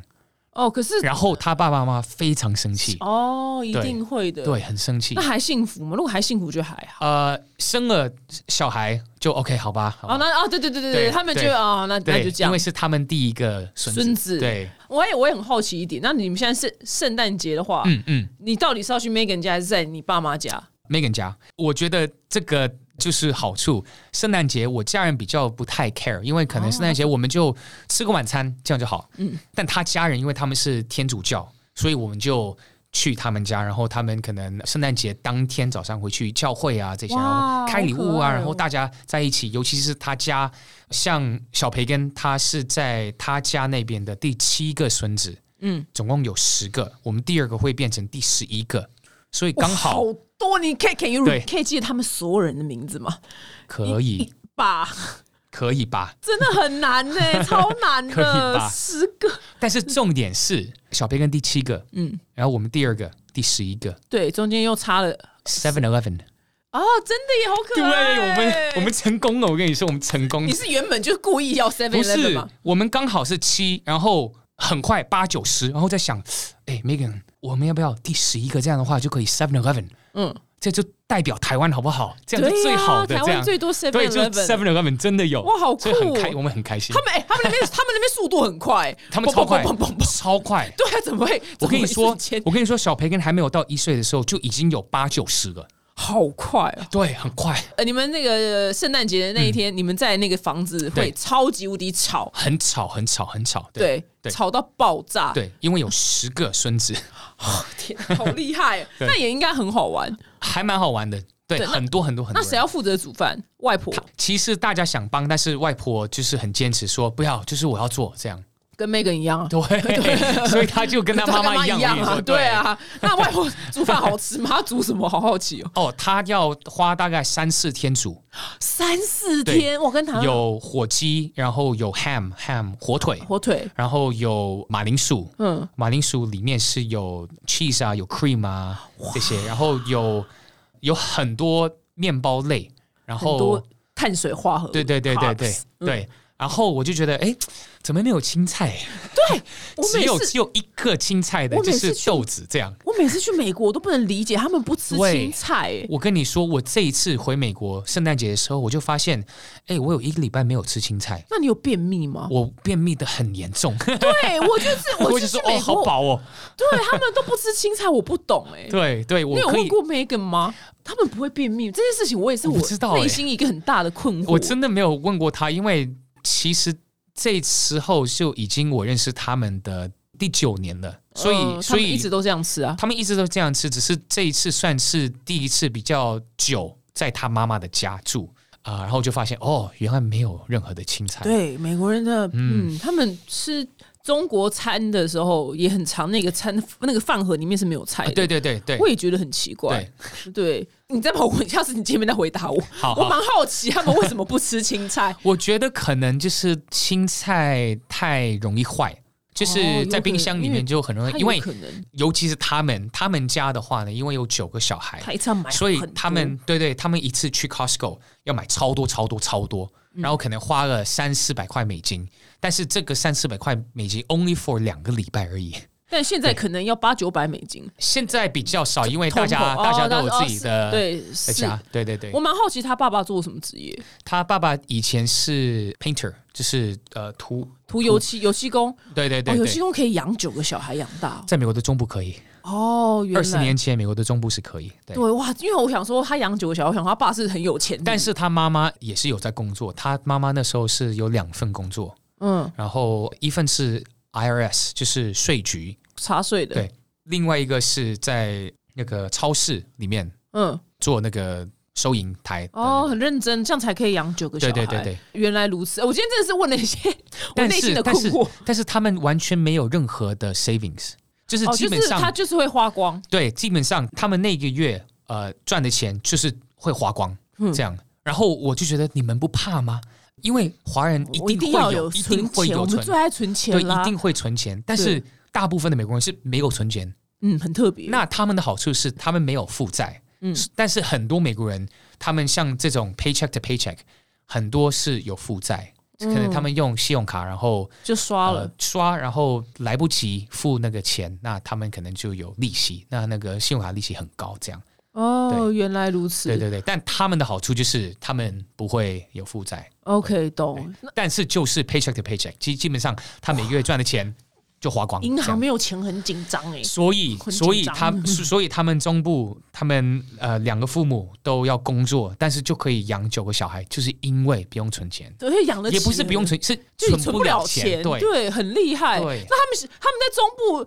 B: 哦，可是
A: 然后他爸爸妈妈非常生气，
B: 哦，一定会的，，
A: 对，很生气
B: 那。还幸福吗？如果还幸福，就还好。
A: 呃，生了小孩就 OK，好吧，好吧
B: 哦，那哦，对对对对对，
A: 对
B: 他们就
A: 对
B: 啊、哦，那那
A: 对，
B: 就
A: 因
B: 这样
A: 为。是他们第一个孙子，
B: 孙子
A: 对，
B: 我也我也很好奇一点，那你们现在圣圣诞节的话，
A: 嗯嗯
B: 你到底是要去 Megan 家，还是在你爸妈家？
A: ，Megan 家，我觉得这个就是好处。圣诞节我家人比较不太 care，因为可
B: 哦
A: 能圣诞节我们就吃个晚餐，这样就好。嗯，但他家人因为他们是天主教，所以我们就。去他们家，然后他们可能圣诞节当天早上回去教会啊，这些，
B: 哇
A: 然后开礼物
B: 好可爱
A: 啊，
B: 哦
A: 然后大家在一起，尤其是他家，像小培根，他是在他家那边的第七个孙子，
B: 嗯，
A: 总共有十个，我们第二个会变成第十一个，所以刚好
B: 哇多，你可以 can you
A: 对
B: can 记得他们所有人的名字吗？
A: 可以，
B: 爸，
A: 可以吧？
B: 真的很难呢、 超难
A: 可以
B: 的，
A: 吧
B: 十个。
A: 但是重点是小培根第七个，
B: 嗯
A: 嗯，然后我们第二个，第十一个
B: 对，中间又差了。
A: Seven Eleven，
B: 哦，真的也好可
A: 对，
B: 爱。欸
A: 我们我们成功了，我跟你说，我们成功
B: 你，是原本就故意要 Seven
A: 不
B: Eleven
A: 是
B: 吗？
A: 我们刚好是七，然后很快八九十，然后在想，哎，Megan，我们要不要第十一个？这样的话就可以 Seven Eleven，
B: 嗯，
A: 这就代表台湾好不好？这样
B: 对
A: 是
B: 呀
A: 啊最好的，
B: 台
A: 这
B: 湾
A: 样
B: 最多 Seven
A: 对，就
B: Eleven。
A: Seven Eleven 真的有，
B: 哇好酷
A: 所以很开，
B: 哦
A: 我们很开心
B: 他。们哎、他们那边 他们那边速度很快，
A: 他们超快
B: 砰砰砰砰，砰
A: 超快。
B: 对啊，怎么会？
A: 我跟你
B: 怎么
A: 说
B: 会瞬间，
A: 我跟你说，小培根还没有到一岁的时候，就已经有八九十了。
B: 好快啊！嗯
A: 对，很快，
B: 呃，你们那个圣诞节的那一天，你们在那个房子会
A: 对
B: 超级无敌吵，
A: 很吵，很吵，很吵。
B: 对，
A: 对
B: 吵到爆炸，
A: 对，因为有十个孙子，
B: 天，好厉害！啊
A: 对
B: 那也应该很好玩。
A: 还蛮好玩的。对，
B: 对那
A: 很多很多很多
B: 那
A: 人。
B: 谁要负责煮饭？外婆
A: 其实大家想帮，但是外婆就是很坚持说不要，就是我要做这样。
B: 跟 Megan 一样啊，
A: 对，所以他就跟他妈
B: 妈
A: 妈一样。我跟你
B: 啊，
A: 说
B: 对。啊。那外 婆煮饭好吃吗？她煮什么？好好奇哦。
A: 哦，他要花大概三四天煮，
B: 三四
A: 对
B: 天，我跟她
A: 有火鸡，然后有 ham ham 火腿，
B: 火腿，
A: 然后有马铃薯，
B: 嗯，
A: 马铃薯里面是有 cheese 啊，有 cream 啊这些，然后有有很多面包类，然
B: 很多嗯
A: 后
B: 碳水化合物。
A: 对对对对对
B: carbs
A: 对，然后我就觉得，哎，怎么没有青菜？
B: 我
A: 只有
B: 每次
A: 只有一个青菜的
B: 我，每
A: 就
B: 次
A: 是豆子这样。
B: 我每次去美国我都不能理解他们不吃
A: 对
B: 青菜，哎
A: 我跟你说，我这一次回美国圣诞节的时候，我就发现，哎，我有一个礼拜没有吃青菜，
B: 那你有便秘吗？
A: 我便秘的很严重。
B: 对，我就是我
A: 我
B: 就
A: 就是说
B: 去
A: 哦，
B: 美国，
A: 好饱哦。
B: 对他们都不吃青菜，我不懂哎、
A: 对对，我
B: 你有
A: 可
B: 问
A: 以，
B: 过 Megan 吗？他们不会便秘这件事情，我也是
A: 我不知道欸
B: 内心一个很大的困惑。
A: 我真的没有问过他，因为其实这时候就已经我认识他们的第九年了，所以、
B: 嗯他们
A: 所以嗯
B: 一直都这样吃啊。
A: 他们一直都这样吃，只是这一次算是第一次比较久在他妈妈的家住啊、然后就发现哦，原来没有任何的青菜。
B: 对，美国人的嗯他们吃中国餐的时候也很常那个餐那个饭盒里面是没有菜
A: 啊
B: 的。
A: 对对对对
B: 我也觉得很奇怪
A: 对，，
B: 对，你再帮我 问，下次你见面再回答我。
A: 好
B: 我
A: 好。
B: 蛮好奇他们为什么不吃青菜
A: 我觉得可能就是青菜太容易坏，就
B: 哦有
A: 是在冰箱里面就很容易，
B: 它
A: 因为
B: 有可能
A: 尤其是他们他们家的话呢，因为有九个小孩，
B: 他一次要买很多，
A: 所以他们对对，他们一次去 Costco 要买超多超多超多，
B: 嗯
A: 然后可能花了三四百块美金，但是这个三四百块美金 only for 两个礼拜而已，
B: 但现在可能要八九百美金。
A: 现在比较少，因为大家
B: 通膨
A: 大家
B: 哦
A: 都有
B: 大
A: 自己的
B: 哦对
A: 在
B: 是。
A: 家，对对对
B: 我。蛮好奇他爸爸做什么职业，
A: 他爸爸以前是 painter，就是呃图，
B: 涂油漆、油漆工。
A: 对对
B: 哦，
A: 对
B: 油漆
A: 对。
B: 工可以养九个小孩养大
A: 在美国的中部可以，
B: 哦。哦原来
A: 二十年前美国的中部是可以，对。
B: 对哇，因为我想说他养九个小孩，我想说他爸是很有钱的，
A: 但是他妈妈也是有在工作，他妈妈那时候是有两份工作，
B: 嗯，
A: 然后一份是 IRS，就是税局，
B: 茶税的，
A: 对，另外一个是在那个超市里面
B: 嗯，
A: 做那个收银台的那
B: 哦，
A: 个。
B: 很认真，这样才可以养九个小孩。
A: 对对对对，
B: 原来如此。我今天真的是问了一些我
A: 但
B: 内心
A: 是
B: 的困
A: 但是
B: 惑，
A: 但是他们完全没有任何的 savings，就是
B: 哦，
A: 基
B: 就
A: 本
B: 是
A: 上、
B: 他就是会花光，
A: 对，基本上他们那个月呃赚的钱就是会花光、
B: 嗯
A: 这样。然后我就觉得你们不怕吗？因为华人
B: 我
A: 定
B: 要
A: 会有，一定
B: 存
A: 会
B: 钱，
A: 有
B: 我们
A: 存
B: 最爱存
A: 对，
B: 钱啦
A: 一，定会存钱，但是大部分的美国人是没有存钱。
B: 嗯，很特别。
A: 那他们的好处是他们没有负债，
B: 嗯
A: 嗯，但是很多美国人，他们像这种 paycheck to paycheck，很多是有负债，可能他们用信用卡，然后
B: 就刷嗯了
A: 呃，刷，然后来不及付那个钱，那他们可能就有利息，那那个信用卡利息很高，这样。
B: 哦，原来如此，
A: 对对对，但他们的好处就是他们不会有负债，
B: OK，懂。
A: 但是就是 paycheck to paycheck，基基本上他每个月赚的钱就花光，
B: 银
A: 这
B: 行
A: 样
B: 没有钱很紧张哎，
A: 所以，
B: 很紧张
A: 所以他， 所以他们中部，他们呃两个父母都要工作，但是就可以养九个小孩，就是因为不用存钱，
B: 而且养得起
A: 也不是不用，存，是
B: 就你
A: 存
B: 存
A: 不
B: 了
A: 了钱。对，
B: 对，很厉害。
A: 对
B: 那他们是他们在中部。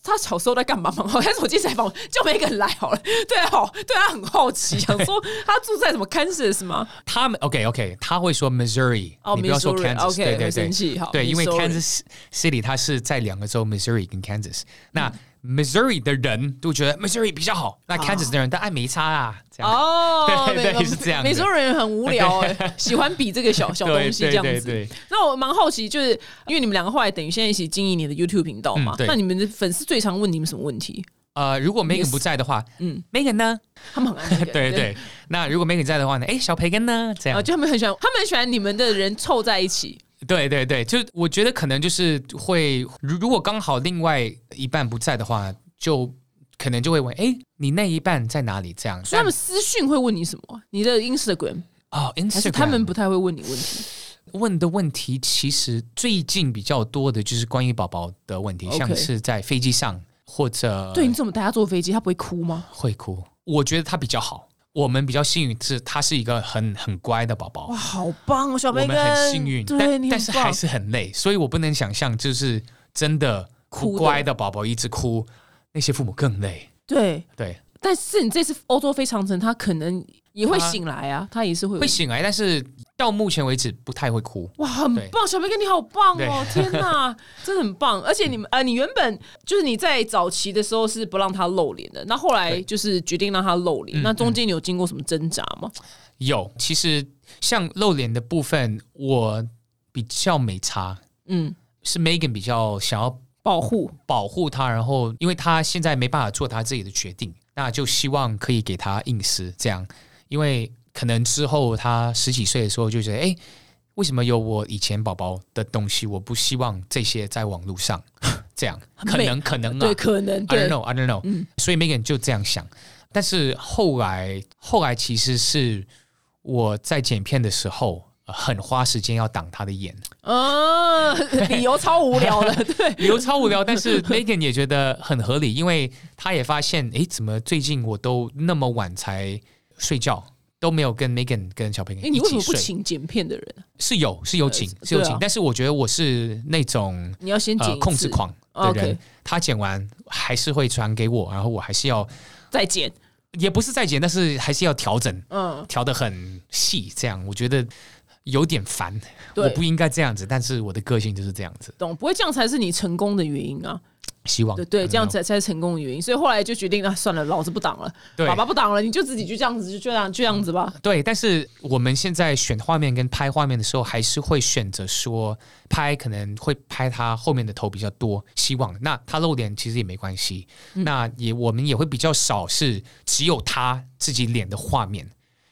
B: 他小时候在干嘛嘛？好像是我今天采访就没一个人来好了。对哦，对他很好奇， 想说他住在什么 Kansas 吗？
A: 他们 OK OK，他会说 Missouri，
B: 哦
A: 你不要说 Kansas，
B: ，Missouri，OK，
A: 对
B: 很
A: 对
B: 生
A: 对，
B: 气，好，
A: 对，因为
B: Missouri
A: Kansas City 它是在两个州 Missouri 跟 Kansas，那 Missouri 的人都觉得 Missouri 比较好，那 Kansas 的人但爱没差啊，这样。
B: 啊 哦，
A: 对对
B: 美
A: 是这样的
B: 美洲人很无聊哎， 喜欢比这个小小东西这样
A: 对对
B: 子
A: 对对。
B: 那我蛮好奇，就是因为你们两个后来等于现在一起经营你的 YouTube 频道嘛
A: 嗯，对
B: 那你们的粉丝最常问你们什么问题？
A: 呃，如果 Megan 不在的话，
B: 嗯
A: 嗯，Megan 呢？
B: 他们很爱
A: 对对，那如果 Megan 在的话呢？哎，小培根呢？这样
B: 啊，。就他们很喜欢，他们很喜欢你们的人凑在一起。
A: 对对对，就是我觉得可能就是会，如如果刚好另外一半不在的话，就可能就会问，哎，你那一半在哪里？这样，
B: 所以他们私讯会问你什么？你的 Instagram
A: 但哦
B: 还是
A: ，Instagram
B: 他们不太会问你问题？
A: 问的问题，其实最近比较多的就是关于宝宝的问题
B: OK
A: 像是在飞机上或者
B: 对，你怎么带他坐飞机？他不会哭吗？
A: 会哭，我觉得他比较好。我们比较幸运是，他是一个很很乖的宝宝
B: 哇，，好棒哦，小
A: 我
B: 贝
A: 们
B: 哥，
A: 很幸运，
B: 对，
A: 但
B: 你
A: 但是
B: 很
A: 还
B: 棒。
A: 是很累，所以我不能想象，就是真的哭
B: 哭的
A: 乖的宝宝一直哭，那些父母更累。
B: 对，
A: 对，
B: 但是你这次欧洲飞长城，他可能也会
A: 他
B: 醒来啊，他也是会
A: 会醒来，但是到目前为止不太会哭。
B: 哇，很
A: 对
B: 棒，小贝哥你好棒哦！
A: 对
B: 天 哪，真的很棒！而且你们呃，你原本就是你在早期的时候是不让他露脸的，那后来
A: 对
B: 就是决定让他露脸，
A: 嗯
B: 那中间你有经过什么挣扎吗？
A: 有，其实像露脸的部分，我比较没差，
B: 嗯，
A: 是 Megan 比较想要
B: 保护
A: 保护他，然后因为他现在没办法做他自己的决定，那就希望可以给他隐私，这样，因为可能之后他十几岁的时候就觉得，哎，为什么有我以前宝宝的东西，我不希望这些在网络上， 这样
B: 很
A: 可
B: 美
A: 能可能啊
B: 对，可能
A: I don't
B: 对嗯
A: know, I don't know、所以 Megan 就这样想，但是后来后来其实是我在剪片的时候。呃很花时间要挡他的眼，
B: 啊， 理由超无聊 的，对，
A: 理由超无聊，但是 Megan 也觉得很合理，因为他也发现，诶，怎么最近我都那么晚才睡觉，都没有跟 Megan 跟小朋友
B: 哎、
A: 一
B: 你为什
A: 起
B: 么不
A: 睡？
B: 请剪片的人啊？
A: 是有是有请
B: 呃
A: 是有
B: 对
A: 请
B: 啊，
A: 但是我觉得我是那种
B: 你要先剪一
A: 呃
B: 次
A: 控制狂的
B: 哦 OK
A: 人，他剪完还是会传给我，然后我还是要
B: 再剪，
A: 也不是再剪，但是还是要调整，
B: 嗯，
A: 调得很细，这样我觉得有点烦，
B: 对
A: 我不应该这样子，但是我的个性就是这样子，
B: 懂，不会这样才是你成功的原因啊，
A: 希望
B: 对对，这样
A: I don't
B: 才才是成功的原因，所以后来就决定啊，算了，老子不挡了，
A: 嗯对
B: 爸爸不挡了，你就自己就这样子，就这样就这样子吧，
A: know 对，但是我们现在选画面跟拍画面的时候，还是会选择说拍，可能会拍他后面的头比较多，希望那他露脸其实也没关系，
B: 嗯
A: 那也我们也会比较少是只有他自己脸的画面，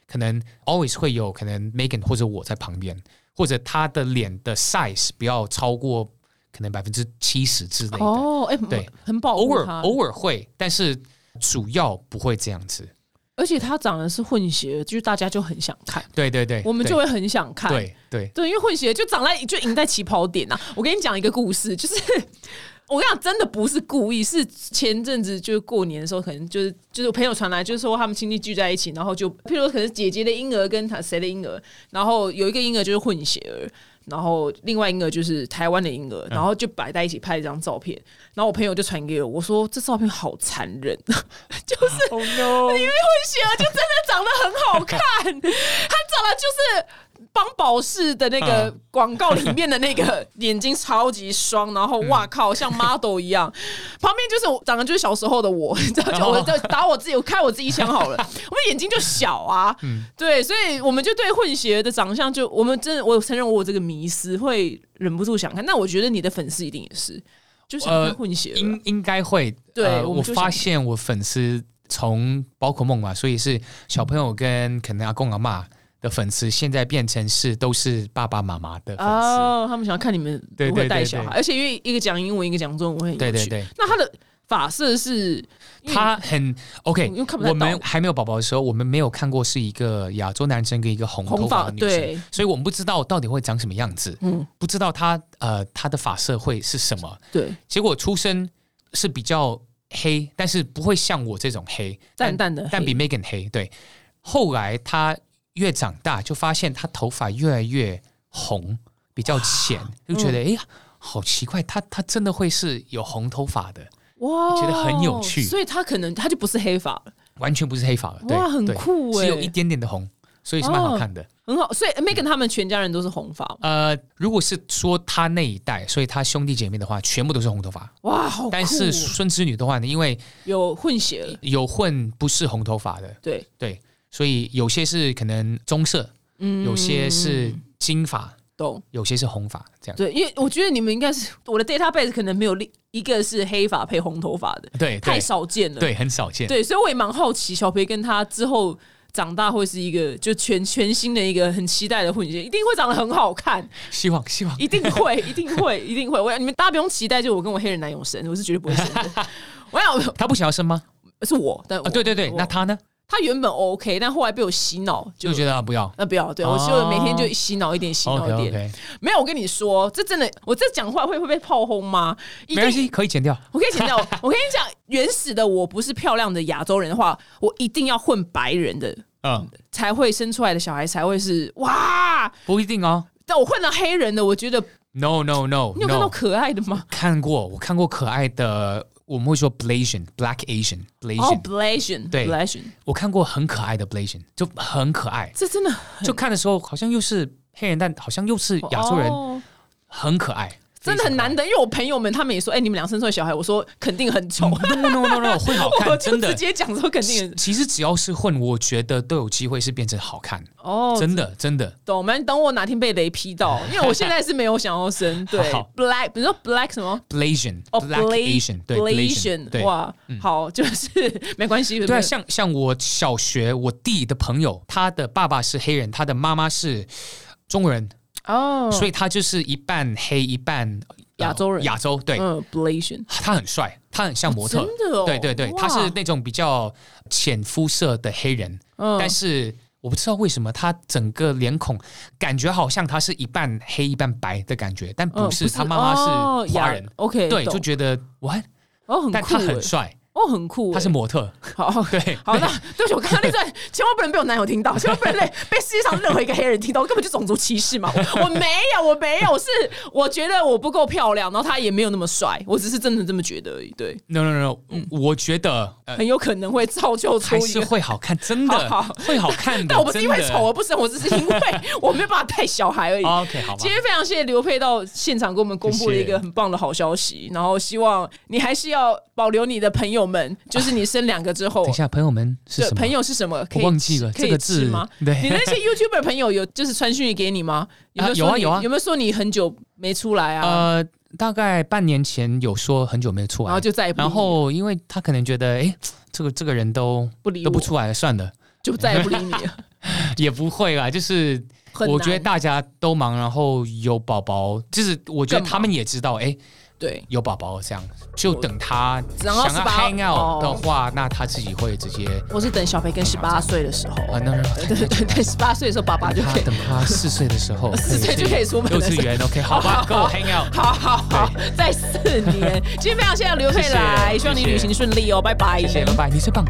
A: 可能 always 会有可能 Megan 或者我在旁边，或者他的脸的 size 不要超过。可能百分之七十之类的。
B: 哦，哎、
A: 对，
B: 很保
A: 偶
B: 护
A: 尔
B: 它，
A: 偶尔会，但是主要不会这样子。
B: 而且它长得是混血，就是大家就很想看，
A: 对对对，
B: 我们
A: 对
B: 就会很想看。
A: 对对
B: 对，因为混血就长在就赢在起跑点呐、啊我跟你讲一个故事，就是 我跟你讲，真的不是故意，是前阵子就是过年的时候，可能就是就是我朋友传来，就是说他们亲戚聚在一起，然后就譬如说可能是姐姐的婴儿跟他谁的婴儿，然后有一个婴儿就是混血儿。然后另外婴儿就是台湾的婴儿，然后就摆在一起拍一张照片，然后我朋友就传给我，我说这照片好残忍， 就是
A: ，Oh no！
B: 因为混血儿就真的长得很好看，他长得就是帮宝适的那个
A: 嗯
B: 广告里面的那个 眼睛超级双，然后哇靠，像 model 一样。旁边就是我长得就是小时候的我， 你知道，就我就打我自己，我开我自己枪 好了，我们眼睛就小啊，
A: 嗯
B: 对，所以我们就对混血儿的长相就我们真的，我承认我有这个迷思，会忍不住想看。那我觉得你的粉丝一定也是，就想看
A: 呃
B: 混血儿啊
A: 应应该会。
B: 对
A: 呃
B: 我
A: 我
B: 们就
A: 发
B: 想
A: 现我粉丝从宝可梦嘛，所以是小朋友跟可能阿公阿妈的粉丝，现在变成是都是爸爸妈妈的粉丝。
B: 哦，他们想要看你们
A: 对
B: 如何
A: 对
B: 带
A: 对
B: 小
A: 对
B: 孩，而且因为一个讲英文，一个讲中文，会很有
A: 对对
B: 趣
A: 对。
B: 那他的发色是
A: 他很
B: 因
A: OK，
B: 为看不太到
A: 我们还没有宝宝的时候，我们没有看过是一个亚洲男生跟一个红
B: 红
A: 头
B: 发
A: 发的女
B: 对
A: 生，所以我们不知道到底会长什么样子，
B: 嗯
A: 嗯，不知道他呃他的发色会是什么。
B: 对
A: 结果出生是比较黑，但是不会像我这种黑，
B: 淡淡的黑，
A: 但比 Megan 黑。对，后来他越长大，就发现他头发越来越红，比较浅，就觉
B: 嗯
A: 得哎、诶好奇怪，他他真的会是有红头发的，
B: 哇哦
A: 觉得很有趣
B: 所以他可能他就不是黑发了，
A: 完全不是黑发了。对
B: 哇，很
A: 对
B: 酷哦哎
A: 是，有一点点的红，所以是蛮好看的。
B: 很好。所以
A: 嗯
B: Megan 他们全家人都是红发嘛，
A: 呃，如果是说他那一代，所以他兄弟姐妹的话，全部都是红头发。
B: 哇，好酷哦。
A: 但是孙子女的话呢，因为
B: 有混血了，
A: 有混不是红头发的，
B: 对，
A: 对，所以有些是可能棕色，
B: 嗯
A: 有些是金发，
B: 懂。
A: 有些是红发，这样。
B: 对，因为我觉得你们应该是我的 database 可能没有另一个是黑发配红头发的，
A: 对，
B: 太
A: 对
B: 少见了。
A: 对，很少见。
B: 对，所以我也蛮好奇，小培跟他之后长大会是一个就全全新的一个很期待的混血，一定会长得很 好看，
A: 希望希望
B: 一定会，一定会，一定会。我你们大家不用期待，就我跟我黑人男友生，我是绝对不会生的。我想
A: 他不想要生吗？
B: 是我，但我、
A: 啊，对对对，
B: 我
A: 那他呢？
B: 他原本 OK，但后来被我洗脑，就
A: 就觉得啊不要。
B: 那不要，对我
A: 哦
B: 就每天就洗脑一点，洗脑
A: OK
B: 一点。
A: OK，
B: 没有，我跟你说，这真的，我这讲话会会被炮轰吗？一
A: 没关
B: 定
A: 系，可以剪掉。
B: 我跟 你讲，我跟你讲，原始的我不是漂亮的亚洲人的话，我一定要混白人的
A: 嗯，
B: 才会生出来的小孩才会是哇。
A: 不一定哦。
B: 但我混到黑人的，我觉得
A: No no no，
B: 你有看到
A: no
B: 可爱的吗？
A: 看过，我看过可爱的，我们会说 Blasian Black Asian
B: 哦
A: Blasian，、
B: ，Blasian，
A: 对
B: Blasian，
A: 我看过很可爱的 Blasian，就很可爱。
B: 这真的很
A: 就看的时候好像又是黑人，但好像又是亚洲人，
B: 哦
A: 很可爱，
B: 真的很难
A: 的。
B: 得。因为我朋友们他们也说，哎，你们俩生出来小孩，我说肯定很丑，
A: No no no no，会好
B: 我
A: 看，
B: 就
A: 真
B: 直
A: 的。
B: 接讲说肯定很
A: 其实只要是混，我觉得都有机会是变成好看，
B: 哦，
A: 真的真的。
B: 懂吗？等我哪天被雷劈到，因为我现在是没有想要生。对
A: 好
B: ，Black，比如说 Black 什么。
A: Blasian
B: 哦
A: Black Asian 对 Blasian 对嗯
B: 哇，好，就是 没关系，
A: 对啊，像像我小学我弟的朋友，他的爸爸是黑人，他的妈妈是中国人，
B: 哦，
A: 所以他就是一半黑一半呃
B: 亚洲人
A: 亚洲对，
B: 嗯，Blasian，
A: 他很帅，他很像模特，
B: 真的哦
A: 对对对，
B: 哇
A: 他是那种比较浅肤色的黑人，
B: 嗯
A: 但是我不知道为什么他整个脸孔感觉好像他是一半黑一半白的感觉，但不
B: 嗯哦
A: 是，他妈妈是华人，
B: ，OK，
A: 对，
B: 懂
A: 就觉得我，what？
B: 哦很
A: 但
B: 酷
A: 他
B: 欸
A: 很，帅，
B: 哦很酷欸，
A: 他是模特，
B: 好
A: 对
B: 好，那对不起，我刚刚那段 千万不能被我男友听到，千万不能被被世界上任何一个黑人听到，我根本就种族歧视嘛！ 我我没有，我没有，是我觉得我不够漂亮，然后他也没有那么帅，我只是真的这么觉得而已。对，
A: no no no，、我觉得呃
B: 很有可能会造就出
A: 还
B: 嗯一
A: 是
B: 个。
A: 会好看，真的
B: 好好
A: 会好看的，
B: 但我不是因为
A: 真的
B: 丑而不生，我只是 因为我没有办法带小孩而已。
A: ，OK，好吧
B: 今，天非常谢谢刘佩到现场给我们公布了一
A: 谢
B: 个
A: 谢
B: 很棒的好消息，然后希望你还是要保留你的朋友们，就是你生两个之后
A: 等一，下朋友们是
B: 对
A: 什么？
B: 朋友是什么？可以
A: 忘记了
B: 吃可以
A: 这个
B: 吃
A: 字
B: 吗？
A: 对
B: 你那些 YouTuber 朋友有就是传讯息给你吗？有没有
A: 啊有啊
B: 说你
A: 有啊
B: 有没有说你很久没出来啊？
A: 呃，大概半年前有说很久没出来，
B: 然后就再也不理
A: 然后因为他可能觉得，哎，这个这个人都
B: 不理我
A: 都不出来了，算了。
B: 就再也不理你了。
A: 也不会啦，就是
B: 很
A: 我觉得
B: 难
A: 大家都忙，然后有宝宝，就是我觉得
B: 更
A: 他们也知道，哎、
B: 对，
A: 有宝宝这样，就等他
B: 然
A: 想
B: 后
A: 要
B: 是哦把
A: hang out 的话，那他自己会直接
B: 我是等小培跟十八岁 的时候，
A: 啊，那
B: 对对对对，十八岁的时候，爸爸就
A: 等他
B: 可以。
A: 等他四岁的时候，
B: 四岁就可以出门了
A: 幼稚园 OK，好 吧，跟我 hang out。
B: 好好好，再四年。今天非常谢谢刘佩来，
A: 谢谢
B: 希望你旅行顺利哦，拜拜。
A: 谢谢，拜拜，你最棒。